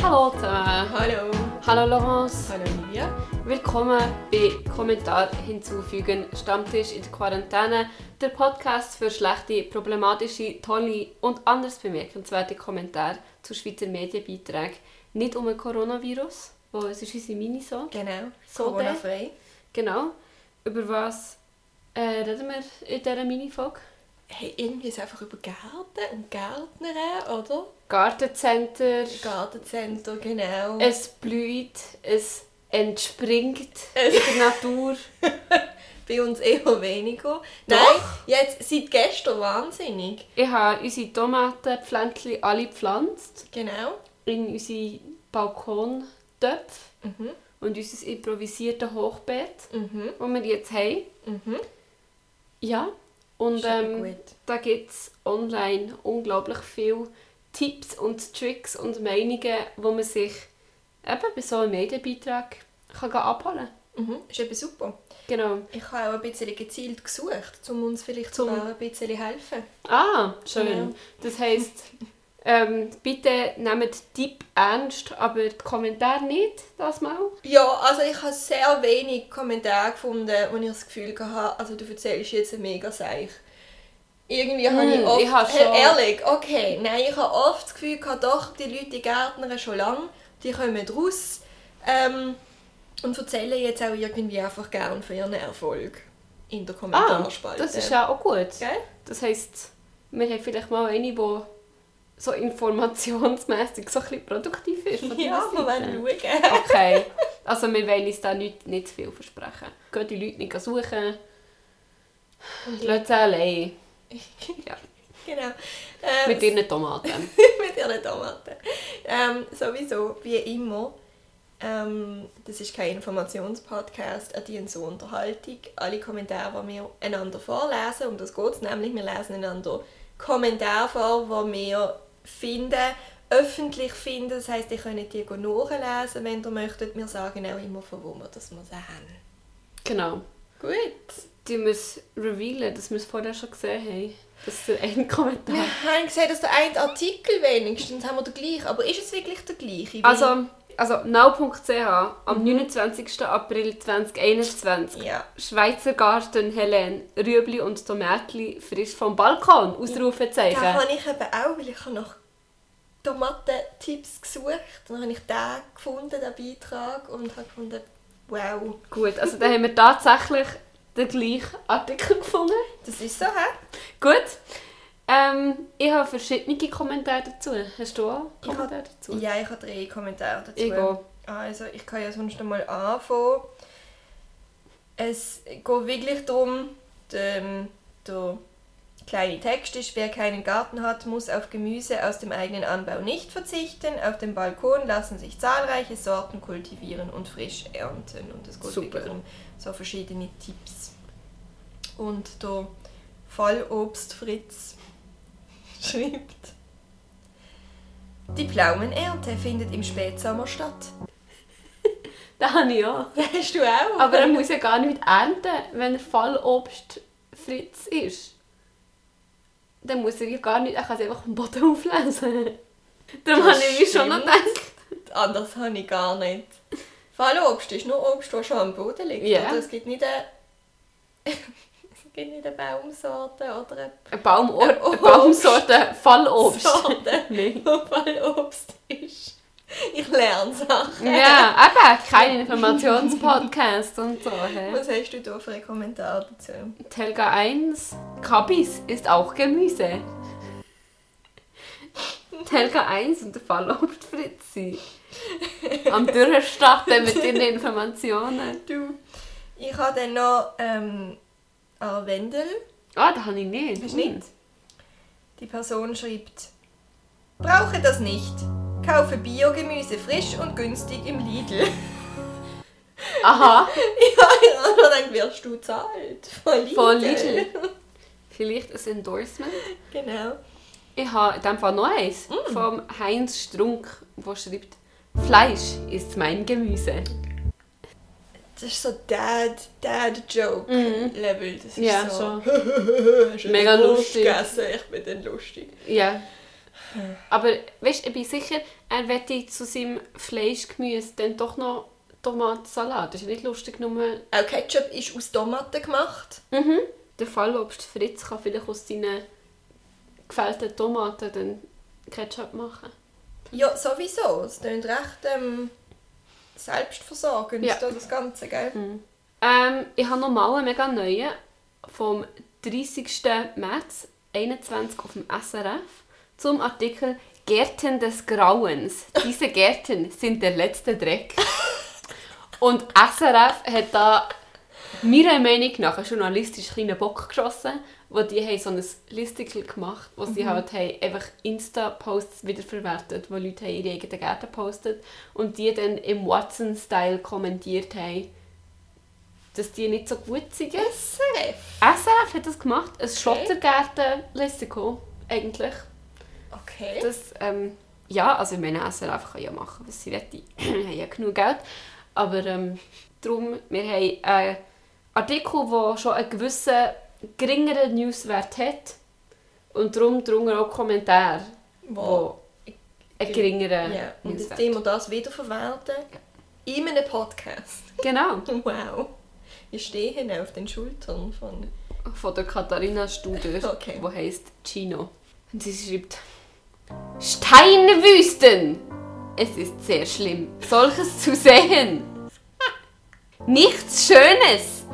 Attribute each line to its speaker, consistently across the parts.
Speaker 1: Holter.
Speaker 2: Hallo.
Speaker 1: Hallo Laurence.
Speaker 2: Hallo Olivia.
Speaker 1: Willkommen bei Kommentar hinzufügen Stammtisch in der Quarantäne, der Podcast für schlechte, problematische, tolle und anders bemerkenswerte Kommentare zu Schweizer Medienbeiträgen. Nicht um ein Coronavirus, wo es ist unsere Miniso.
Speaker 2: Genau.
Speaker 1: So
Speaker 2: Corona-frei.
Speaker 1: Genau. Über was äh, reden wir in dieser Minifolge?
Speaker 2: Hey, irgendwie ist es einfach über Gärten und Gärtnerinnen, oder?
Speaker 1: Gartencenter.
Speaker 2: Gartencenter, genau.
Speaker 1: Es blüht, es entspringt in der Natur.
Speaker 2: Bei uns eher weniger. Nein,
Speaker 1: Doch.
Speaker 2: jetzt seit gestern wahnsinnig.
Speaker 1: Ich habe unsere Tomatenpflänzchen alle gepflanzt
Speaker 2: Genau.
Speaker 1: in unsere Balkontöpfe und unser improvisiertes Hochbett,
Speaker 2: Mhm.
Speaker 1: das wir jetzt haben.
Speaker 2: Mhm. ehm,
Speaker 1: Ja, und
Speaker 2: Ist aber
Speaker 1: ähm,
Speaker 2: gut.
Speaker 1: da gibt es online unglaublich viele Tipps und Tricks und Meinungen, wo man sich eben bei so einem Medienbeitrag kann gehen abholen kann.
Speaker 2: Mhm. Ist eben super.
Speaker 1: Genau.
Speaker 2: Ich habe auch ein bisschen gezielt gesucht, um uns vielleicht
Speaker 1: Zum-
Speaker 2: sogar ein bisschen helfen.
Speaker 1: Ah, schön.
Speaker 2: Genau.
Speaker 1: Das heisst, ähm, bitte nehmt Tipp ernst, aber die Kommentare nicht, das mal.
Speaker 2: Ja, also ich habe sehr wenig Kommentare gefunden, wo ich das Gefühl hatte, also du erzählst jetzt ein mega Seich. Irgendwie habe ich
Speaker 1: Mm,
Speaker 2: oft...
Speaker 1: ich habe
Speaker 2: Hey,
Speaker 1: schon-
Speaker 2: Ehrlich, okay. Nein, ich habe oft das Gefühl gehabt, doch, die Leute die Gärtner schon lange, die kommen raus ähm, und erzählen jetzt auch irgendwie einfach gern für ihren Erfolg in der
Speaker 1: Ah,
Speaker 2: Kommentarspalte.
Speaker 1: das ist ja auch gut.
Speaker 2: Gell?
Speaker 1: Das heisst, wir haben vielleicht mal eine, die so informationsmäßig so ein bisschen produktiv ist. von
Speaker 2: Ja,
Speaker 1: deiner
Speaker 2: wir
Speaker 1: Seite.
Speaker 2: wollen schauen.
Speaker 1: Okay, also wir wollen uns da nicht, nicht zu viel versprechen. Geht die Leute nicht suchen. Lasst sie allein. Ja,
Speaker 2: genau. Ähm,
Speaker 1: mit ihren Tomaten.
Speaker 2: mit ihren Tomaten. Ähm, sowieso, wie immer. Ähm, das ist kein Informationspodcast, er dient zur Unterhaltung. Alle Kommentare, die wir einander vorlesen, um das geht es nämlich, wir lesen einander Kommentare vor, die wir finden, öffentlich finden. Das heisst, ihr könnt die nachlesen, wenn ihr möchtet. Wir sagen auch immer, von wo wir das wir sie haben.
Speaker 1: Genau.
Speaker 2: Gut.
Speaker 1: Die müssen revealen, dass wir es vorher schon gesehen haben. Das ist der eine Kommentar.
Speaker 2: Wir haben gesehen, dass der eine Artikel wenigstens haben wir den gleichen. Aber ist es wirklich der gleiche? Weil-
Speaker 1: Also, also now.ch am
Speaker 2: Mhm.
Speaker 1: 29. April 2021.
Speaker 2: Ja.
Speaker 1: Schweizer Garten Helen, Rüebli und Tomätli frisch vom Balkon, Ausrufezeichen.
Speaker 2: Da habe ich eben auch, weil ich habe nach Tomatentipps gesucht dann habe ich den gefunden, den Beitrag und habe gefunden, wow,
Speaker 1: Gut, also da haben wir tatsächlich den gleichen Artikel gefunden.
Speaker 2: das ist so, hä?
Speaker 1: Gut. Ähm, ich habe verschiedene Kommentare dazu. Hast du auch
Speaker 2: Ich habe-
Speaker 1: Kommentare dazu?
Speaker 2: Ja, ich habe drei Kommentare dazu.
Speaker 1: Ego.
Speaker 2: Also, ich kann ja sonst mal anfangen. Es geht wirklich darum, der, der kleine Text ist, wer keinen Garten hat, muss auf Gemüse aus dem eigenen Anbau nicht verzichten. Auf dem Balkon lassen sich zahlreiche Sorten kultivieren und frisch ernten. Und es geht
Speaker 1: Super.
Speaker 2: wirklich um so verschiedene Tipps. Und der Fallobst Fritz schreibt... Die Pflaumenernte findet im Spätsommer statt.
Speaker 1: Das habe ich auch.
Speaker 2: Weißt du auch?
Speaker 1: Aber er muss ja gar nicht ernten, wenn er Fallobst Fritz ist. Dann muss er ja gar nicht, er kann es einfach vom Boden auflesen. Darum
Speaker 2: Das
Speaker 1: habe ich mich schon noch
Speaker 2: stimmt.
Speaker 1: gedacht.
Speaker 2: anders Ah, habe ich gar nicht. Fallobst ist nur Obst, das schon am Boden liegt.
Speaker 1: Ja.
Speaker 2: Oder es gibt nicht eine... es gibt nicht eine Baumsorte oder eine
Speaker 1: Ein Baum
Speaker 2: Ein
Speaker 1: eine
Speaker 2: Obst.
Speaker 1: Baumsorte Fallobst.
Speaker 2: Sorte,
Speaker 1: Nein.
Speaker 2: wo Fallobst ist. Ich lerne Sachen.
Speaker 1: Ja, eben, kein Informationspodcast und so. hä?
Speaker 2: Was hast du da für einen Kommentar dazu?
Speaker 1: Telga 1, Kabis ist auch Gemüse. Telga 1 und der Fallobst Fritzi. Am Dürrestarten mit ihren Informationen.
Speaker 2: Du. Ich habe dann noch ähm, eine Wendel.
Speaker 1: Ah, das habe ich nicht.
Speaker 2: Hast du nicht? Die Person schreibt, brauche das nicht. Kaufe Biogemüse frisch und günstig im Lidl.
Speaker 1: Aha,
Speaker 2: Ja, ja, dann wirst du zahlt. Von Lidl.
Speaker 1: von Lidl. Vielleicht ein Endorsement.
Speaker 2: Genau.
Speaker 1: Ich habe in dem Fall noch eins. Vom Heinz Strunk, der schreibt, Fleisch ist mein Gemüse.
Speaker 2: Das ist so Dad, Dad Joke Level. Das ist
Speaker 1: Mhm. Ja,
Speaker 2: so.
Speaker 1: schon.
Speaker 2: Hast du
Speaker 1: Mega
Speaker 2: den Wurst
Speaker 1: lustig.
Speaker 2: Gegessen? Ich bin dann lustig.
Speaker 1: Ja. Aber weißt, ich bin sicher, er wette zu seinem Fleischgemüse dann doch noch Tomatensalat. Das ist ja nicht lustig, nur
Speaker 2: Auch Ketchup ist aus Tomaten gemacht.
Speaker 1: Mhm. Der Fallobst Fritz kann vielleicht aus seinen gefällten Tomaten dann Ketchup machen.
Speaker 2: Ja, sowieso. Es klingt recht ähm, selbstversorgend,
Speaker 1: Ja.
Speaker 2: da das Ganze, gell?
Speaker 1: Ähm, ich habe noch mal einen mega neuen vom 30. März 21 auf dem SRF zum Artikel Gärten des Grauens. Diese Gärten sind der letzte Dreck. Und SRF hat da meiner Meinung nach einen journalistisch kleinen Bock geschossen, wo die haben so ein Listicle gemacht, wo sie halt haben einfach Insta-Posts wiederverwertet, wo Leute haben ihre eigenen Gärten postet und die dann im Watson-Style kommentiert haben, dass die nicht so gut sind.
Speaker 2: SRF.
Speaker 1: SRF hat das gemacht, ein Schottergärten-Listicle eigentlich.
Speaker 2: Okay.
Speaker 1: Das, ähm, ja, also ich meine, SRF kann ja machen, was sie will. Die haben ja genug Geld. Aber ähm, darum, wir haben einen Artikel, der schon einen gewissen geringeren Newswert hat. Und darum drunter auch Kommentare,
Speaker 2: Wo-
Speaker 1: die einen geringeren
Speaker 2: ja. Und jetzt
Speaker 1: Newswert
Speaker 2: immer das wiederverwerten. In einem Podcast.
Speaker 1: Genau,
Speaker 2: Wow. Wir stehen auf den Schultern von...
Speaker 1: von der Katharina Studer,
Speaker 2: Okay.
Speaker 1: die heisst Chino. Und sie schreibt: Steinwüsten! Es ist sehr schlimm, solches zu sehen. Nichts Schönes.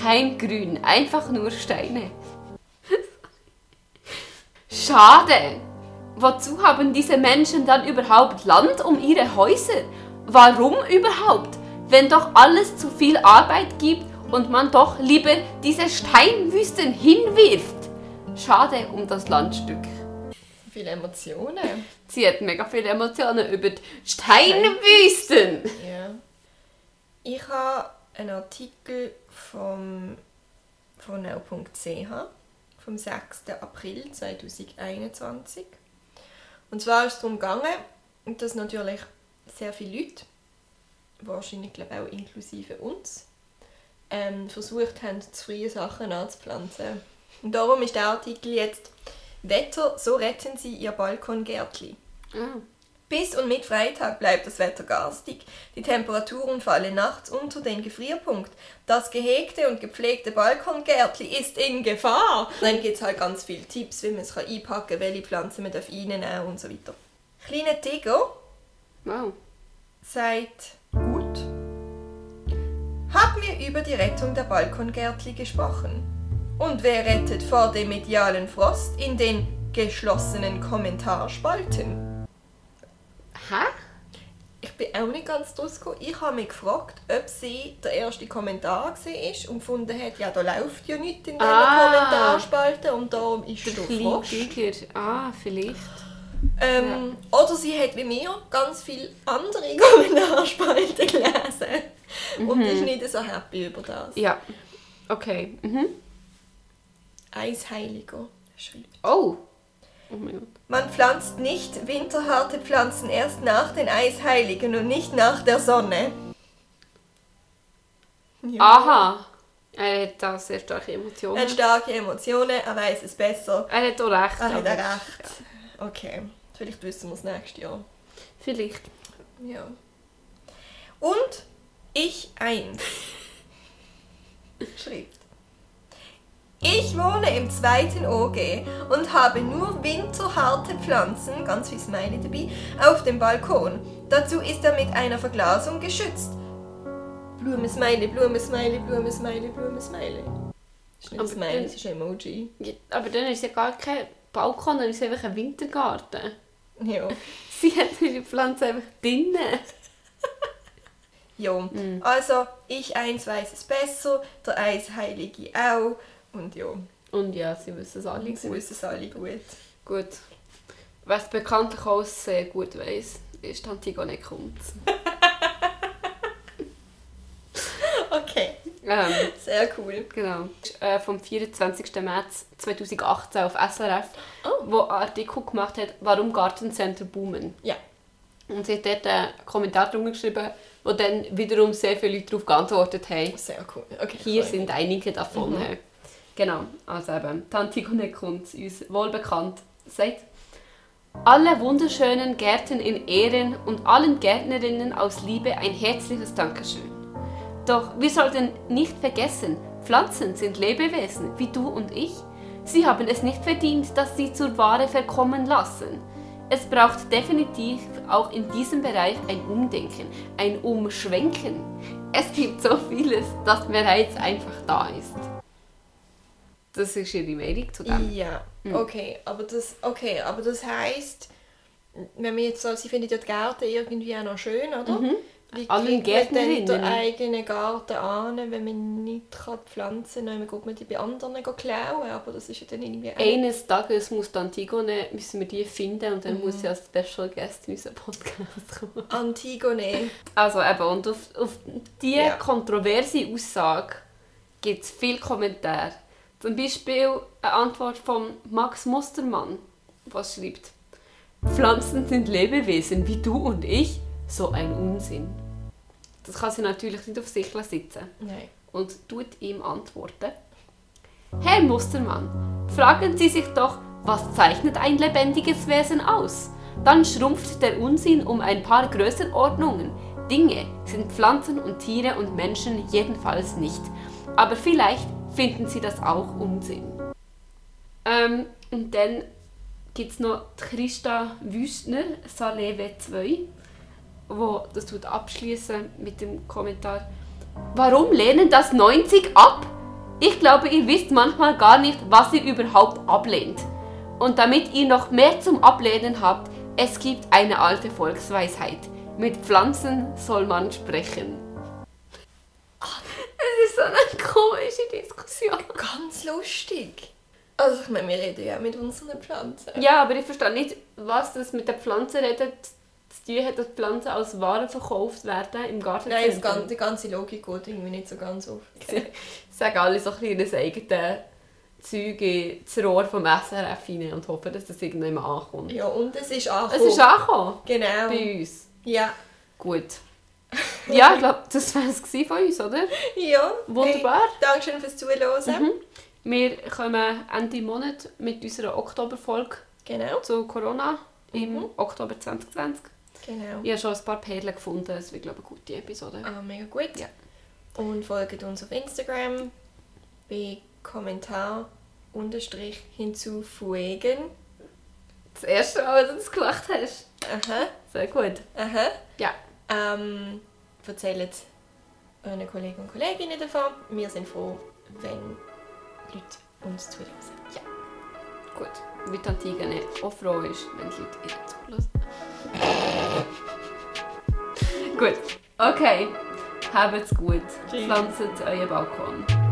Speaker 1: Kein Grün, einfach nur Steine. Schade. Wozu haben diese Menschen dann überhaupt Land um ihre Häuser? Warum überhaupt? Wenn doch alles zu viel Arbeit gibt und man doch lieber diese Steinwüsten hinwirft. Schade um das Landstück.
Speaker 2: Viele Emotionen.
Speaker 1: Sie hat mega viele Emotionen über die Steinwüsten.
Speaker 2: Ja. Ich habe einen Artikel vom, von now.ch vom 6. April 2021. Und zwar ist es darum gegangen, dass natürlich sehr viele Leute, wahrscheinlich glaube ich, auch inklusive uns, ähm, versucht haben, zu frühe Sachen anzupflanzen. Und darum ist der Artikel jetzt «Wetter, so retten Sie Ihr Balkongärtli».
Speaker 1: Ah.
Speaker 2: Bis und mit Freitag bleibt das Wetter garstig, die Temperaturen fallen nachts unter den Gefrierpunkt. Das gehegte und gepflegte Balkongärtli ist in Gefahr. Dann gibt es halt ganz viele Tipps, wie man es kann einpacken kann, welche Pflanzen man darf reinnehmen und so weiter. Kleiner Tigo
Speaker 1: Wow.
Speaker 2: sagt gut. Haben wir über die Rettung der Balkongärtli gesprochen? Und wer rettet vor dem medialen Frost in den geschlossenen Kommentarspalten?
Speaker 1: Hä?
Speaker 2: Ich bin auch nicht ganz rausgekommen. Ich habe mich gefragt, ob sie der erste Kommentar war und gefunden hat, ja, da läuft ja nichts in diesen
Speaker 1: Ah.
Speaker 2: Kommentarspalte und darum ist
Speaker 1: Der
Speaker 2: da
Speaker 1: kleine
Speaker 2: Frosch.
Speaker 1: Tiger. Ah, vielleicht.
Speaker 2: Ähm, Oder sie hat wie mir ganz viele andere Kommentarspalte gelesen
Speaker 1: Mhm.
Speaker 2: und ist nicht so happy über das.
Speaker 1: Ja. Okay. Mhm.
Speaker 2: Eisheiliger schreibt.
Speaker 1: Oh. Oh mein Gott.
Speaker 2: Man pflanzt nicht winterharte Pflanzen erst nach den Eisheiligen und nicht nach der Sonne.
Speaker 1: Ah,
Speaker 2: Ja.
Speaker 1: Aha. Er hat da sehr starke Emotionen.
Speaker 2: Er hat starke Emotionen, er weiß es besser.
Speaker 1: Er hat auch recht.
Speaker 2: Er hat
Speaker 1: aber-
Speaker 2: er recht. Okay, vielleicht wissen wir es nächstes Jahr.
Speaker 1: Vielleicht.
Speaker 2: Ja. Und ich eins. Schreibt. Ich wohne im zweiten OG und habe nur winterharte Pflanzen, ganz wie meine dabei, auf dem Balkon. Dazu ist er mit einer Verglasung geschützt. Blume, Smiley, Blume, Smiley, Blume, Smiley, Blume, Smiley. Das ist nicht
Speaker 1: Aber
Speaker 2: ein Smiley,
Speaker 1: dann-
Speaker 2: das ist ein Emoji.
Speaker 1: Ja, Aber dann ist ja gar kein Balkon, dann ist es einfach ein Wintergarten.
Speaker 2: Ja.
Speaker 1: Sie hat ihre Pflanze einfach drinnen.
Speaker 2: Jo.
Speaker 1: Hm.
Speaker 2: Also, ich eins weiß es besser, der Eisheilige auch. Und ja,
Speaker 1: Und ja, sie wissen es alle
Speaker 2: sie
Speaker 1: gut.
Speaker 2: wissen es alle gut.
Speaker 1: Gut. Was bekanntlich auch sehr gut weiss, ist die Antigone Kunz.
Speaker 2: Okay,
Speaker 1: Ähm,
Speaker 2: sehr cool.
Speaker 1: genau. Äh, vom 24. März 2018 auf SRF,
Speaker 2: Oh.
Speaker 1: wo ein Artikel gemacht hat, warum Gartencenter boomen.
Speaker 2: Ja.
Speaker 1: Und sie hat dort einen Kommentar drunter geschrieben, wo dann wiederum sehr viele Leute darauf geantwortet haben.
Speaker 2: Sehr cool. Okay,
Speaker 1: Hier
Speaker 2: voll.
Speaker 1: sind einige davon. Genau, also eben, Tantigone kommt uns wohlbekannt. Sagt, Alle wunderschönen Gärten in Ehren und allen Gärtnerinnen aus Liebe ein herzliches Dankeschön. Doch wir sollten nicht vergessen, Pflanzen sind Lebewesen wie du und ich. Sie haben es nicht verdient, dass sie zur Ware verkommen lassen. Es braucht definitiv auch in diesem Bereich ein Umdenken, ein Umschwenken. Es gibt so vieles, das bereits einfach da ist. Das ist ihre Meinung zu dem.
Speaker 2: Ja,
Speaker 1: Hm.
Speaker 2: okay, aber das, okay, aber das heißt, wenn wir jetzt so, sie findet ja die Gärten irgendwie auch noch schön, oder?
Speaker 1: Mhm.
Speaker 2: Wie
Speaker 1: Allen
Speaker 2: kriegt man denn
Speaker 1: Gärtnerinnen.
Speaker 2: den eigenen Garten an, wenn man nicht kann pflanzen kann, dann geht man die bei anderen klauen, aber das ist ja dann irgendwie auch-
Speaker 1: Eines Tages muss die Antigone, müssen wir die finden und dann muss sie als Special Guest in unseren Podcast kommen.
Speaker 2: Antigone.
Speaker 1: Also eben, und auf, auf diese
Speaker 2: Ja.
Speaker 1: kontroverse Aussage gibt es viele Kommentare. Zum Beispiel eine Antwort von Max Mustermann, was schreibt, Pflanzen sind Lebewesen wie du und ich, so ein Unsinn. Das kann sie natürlich nicht auf sich sitzen
Speaker 2: Nein.
Speaker 1: und tut ihm antworten. Herr Mustermann, fragen Sie sich doch, was zeichnet ein lebendiges Wesen aus? Dann schrumpft der Unsinn um ein paar Größenordnungen. Dinge sind Pflanzen und Tiere und Menschen jedenfalls nicht. Aber vielleicht finden Sie das auch Unsinn. Ähm, und dann gibt es noch die Christa Wüstner, Salé W2 wo das tut abschließen mit dem Kommentar. Warum lehnen das 90 ab? Ich glaube, ihr wisst manchmal gar nicht, was ihr überhaupt ablehnt. Und damit ihr noch mehr zum Ablehnen habt, es gibt eine alte Volksweisheit. Mit Pflanzen soll man sprechen. Das ist so eine komische Diskussion.
Speaker 2: Ganz lustig. Also ich meine, wir reden ja auch mit unseren Pflanzen.
Speaker 1: Ja, aber ich verstehe nicht, was das mit der Pflanze redet, zu tun hat, dass Pflanzen als Ware verkauft werden im Garten.
Speaker 2: Nein, das ganze, die ganze Logik geht irgendwie nicht so ganz auf.
Speaker 1: Sie sagen alle so ein kleines eigenes Zeug ins Rohr vom SRF rein und hoffen, dass das irgendwann mal ankommt.
Speaker 2: Ja, und es ist auch.
Speaker 1: Es ist angekommen.
Speaker 2: Genau.
Speaker 1: Bei uns.
Speaker 2: Ja.
Speaker 1: Gut. Ja, ich glaube, das war es gewesen von uns, oder?
Speaker 2: Ja.
Speaker 1: Wunderbar. Mhm.
Speaker 2: Hey, Dankeschön fürs Zuhören.
Speaker 1: Wir kommen Ende Monat mit unserer Oktoberfolge
Speaker 2: Genau.
Speaker 1: zu Corona im
Speaker 2: Mhm.
Speaker 1: Oktober 2020.
Speaker 2: Genau.
Speaker 1: Ich habe schon ein paar Perlen gefunden. Es wird, glaube ich, eine gute Episode.
Speaker 2: Ah, mega gut.
Speaker 1: Ja.
Speaker 2: Und folgt uns auf Instagram bei Kommentar unterstrich hinzufügen.
Speaker 1: Das erste Mal, dass du das gemacht hast.
Speaker 2: Aha,
Speaker 1: Sehr gut.
Speaker 2: aha.
Speaker 1: Ja.
Speaker 2: Ähm, erzählt euren Kollegen und Kolleginnen davon. Wir sind froh, wenn Leute uns zuhören.
Speaker 1: Gut, wie die Antigone auch froh ist, wenn die Leute ihr zulassen. gut, okay. Habt's gut.
Speaker 2: Tschüss.
Speaker 1: Pflanzt euren Balkon.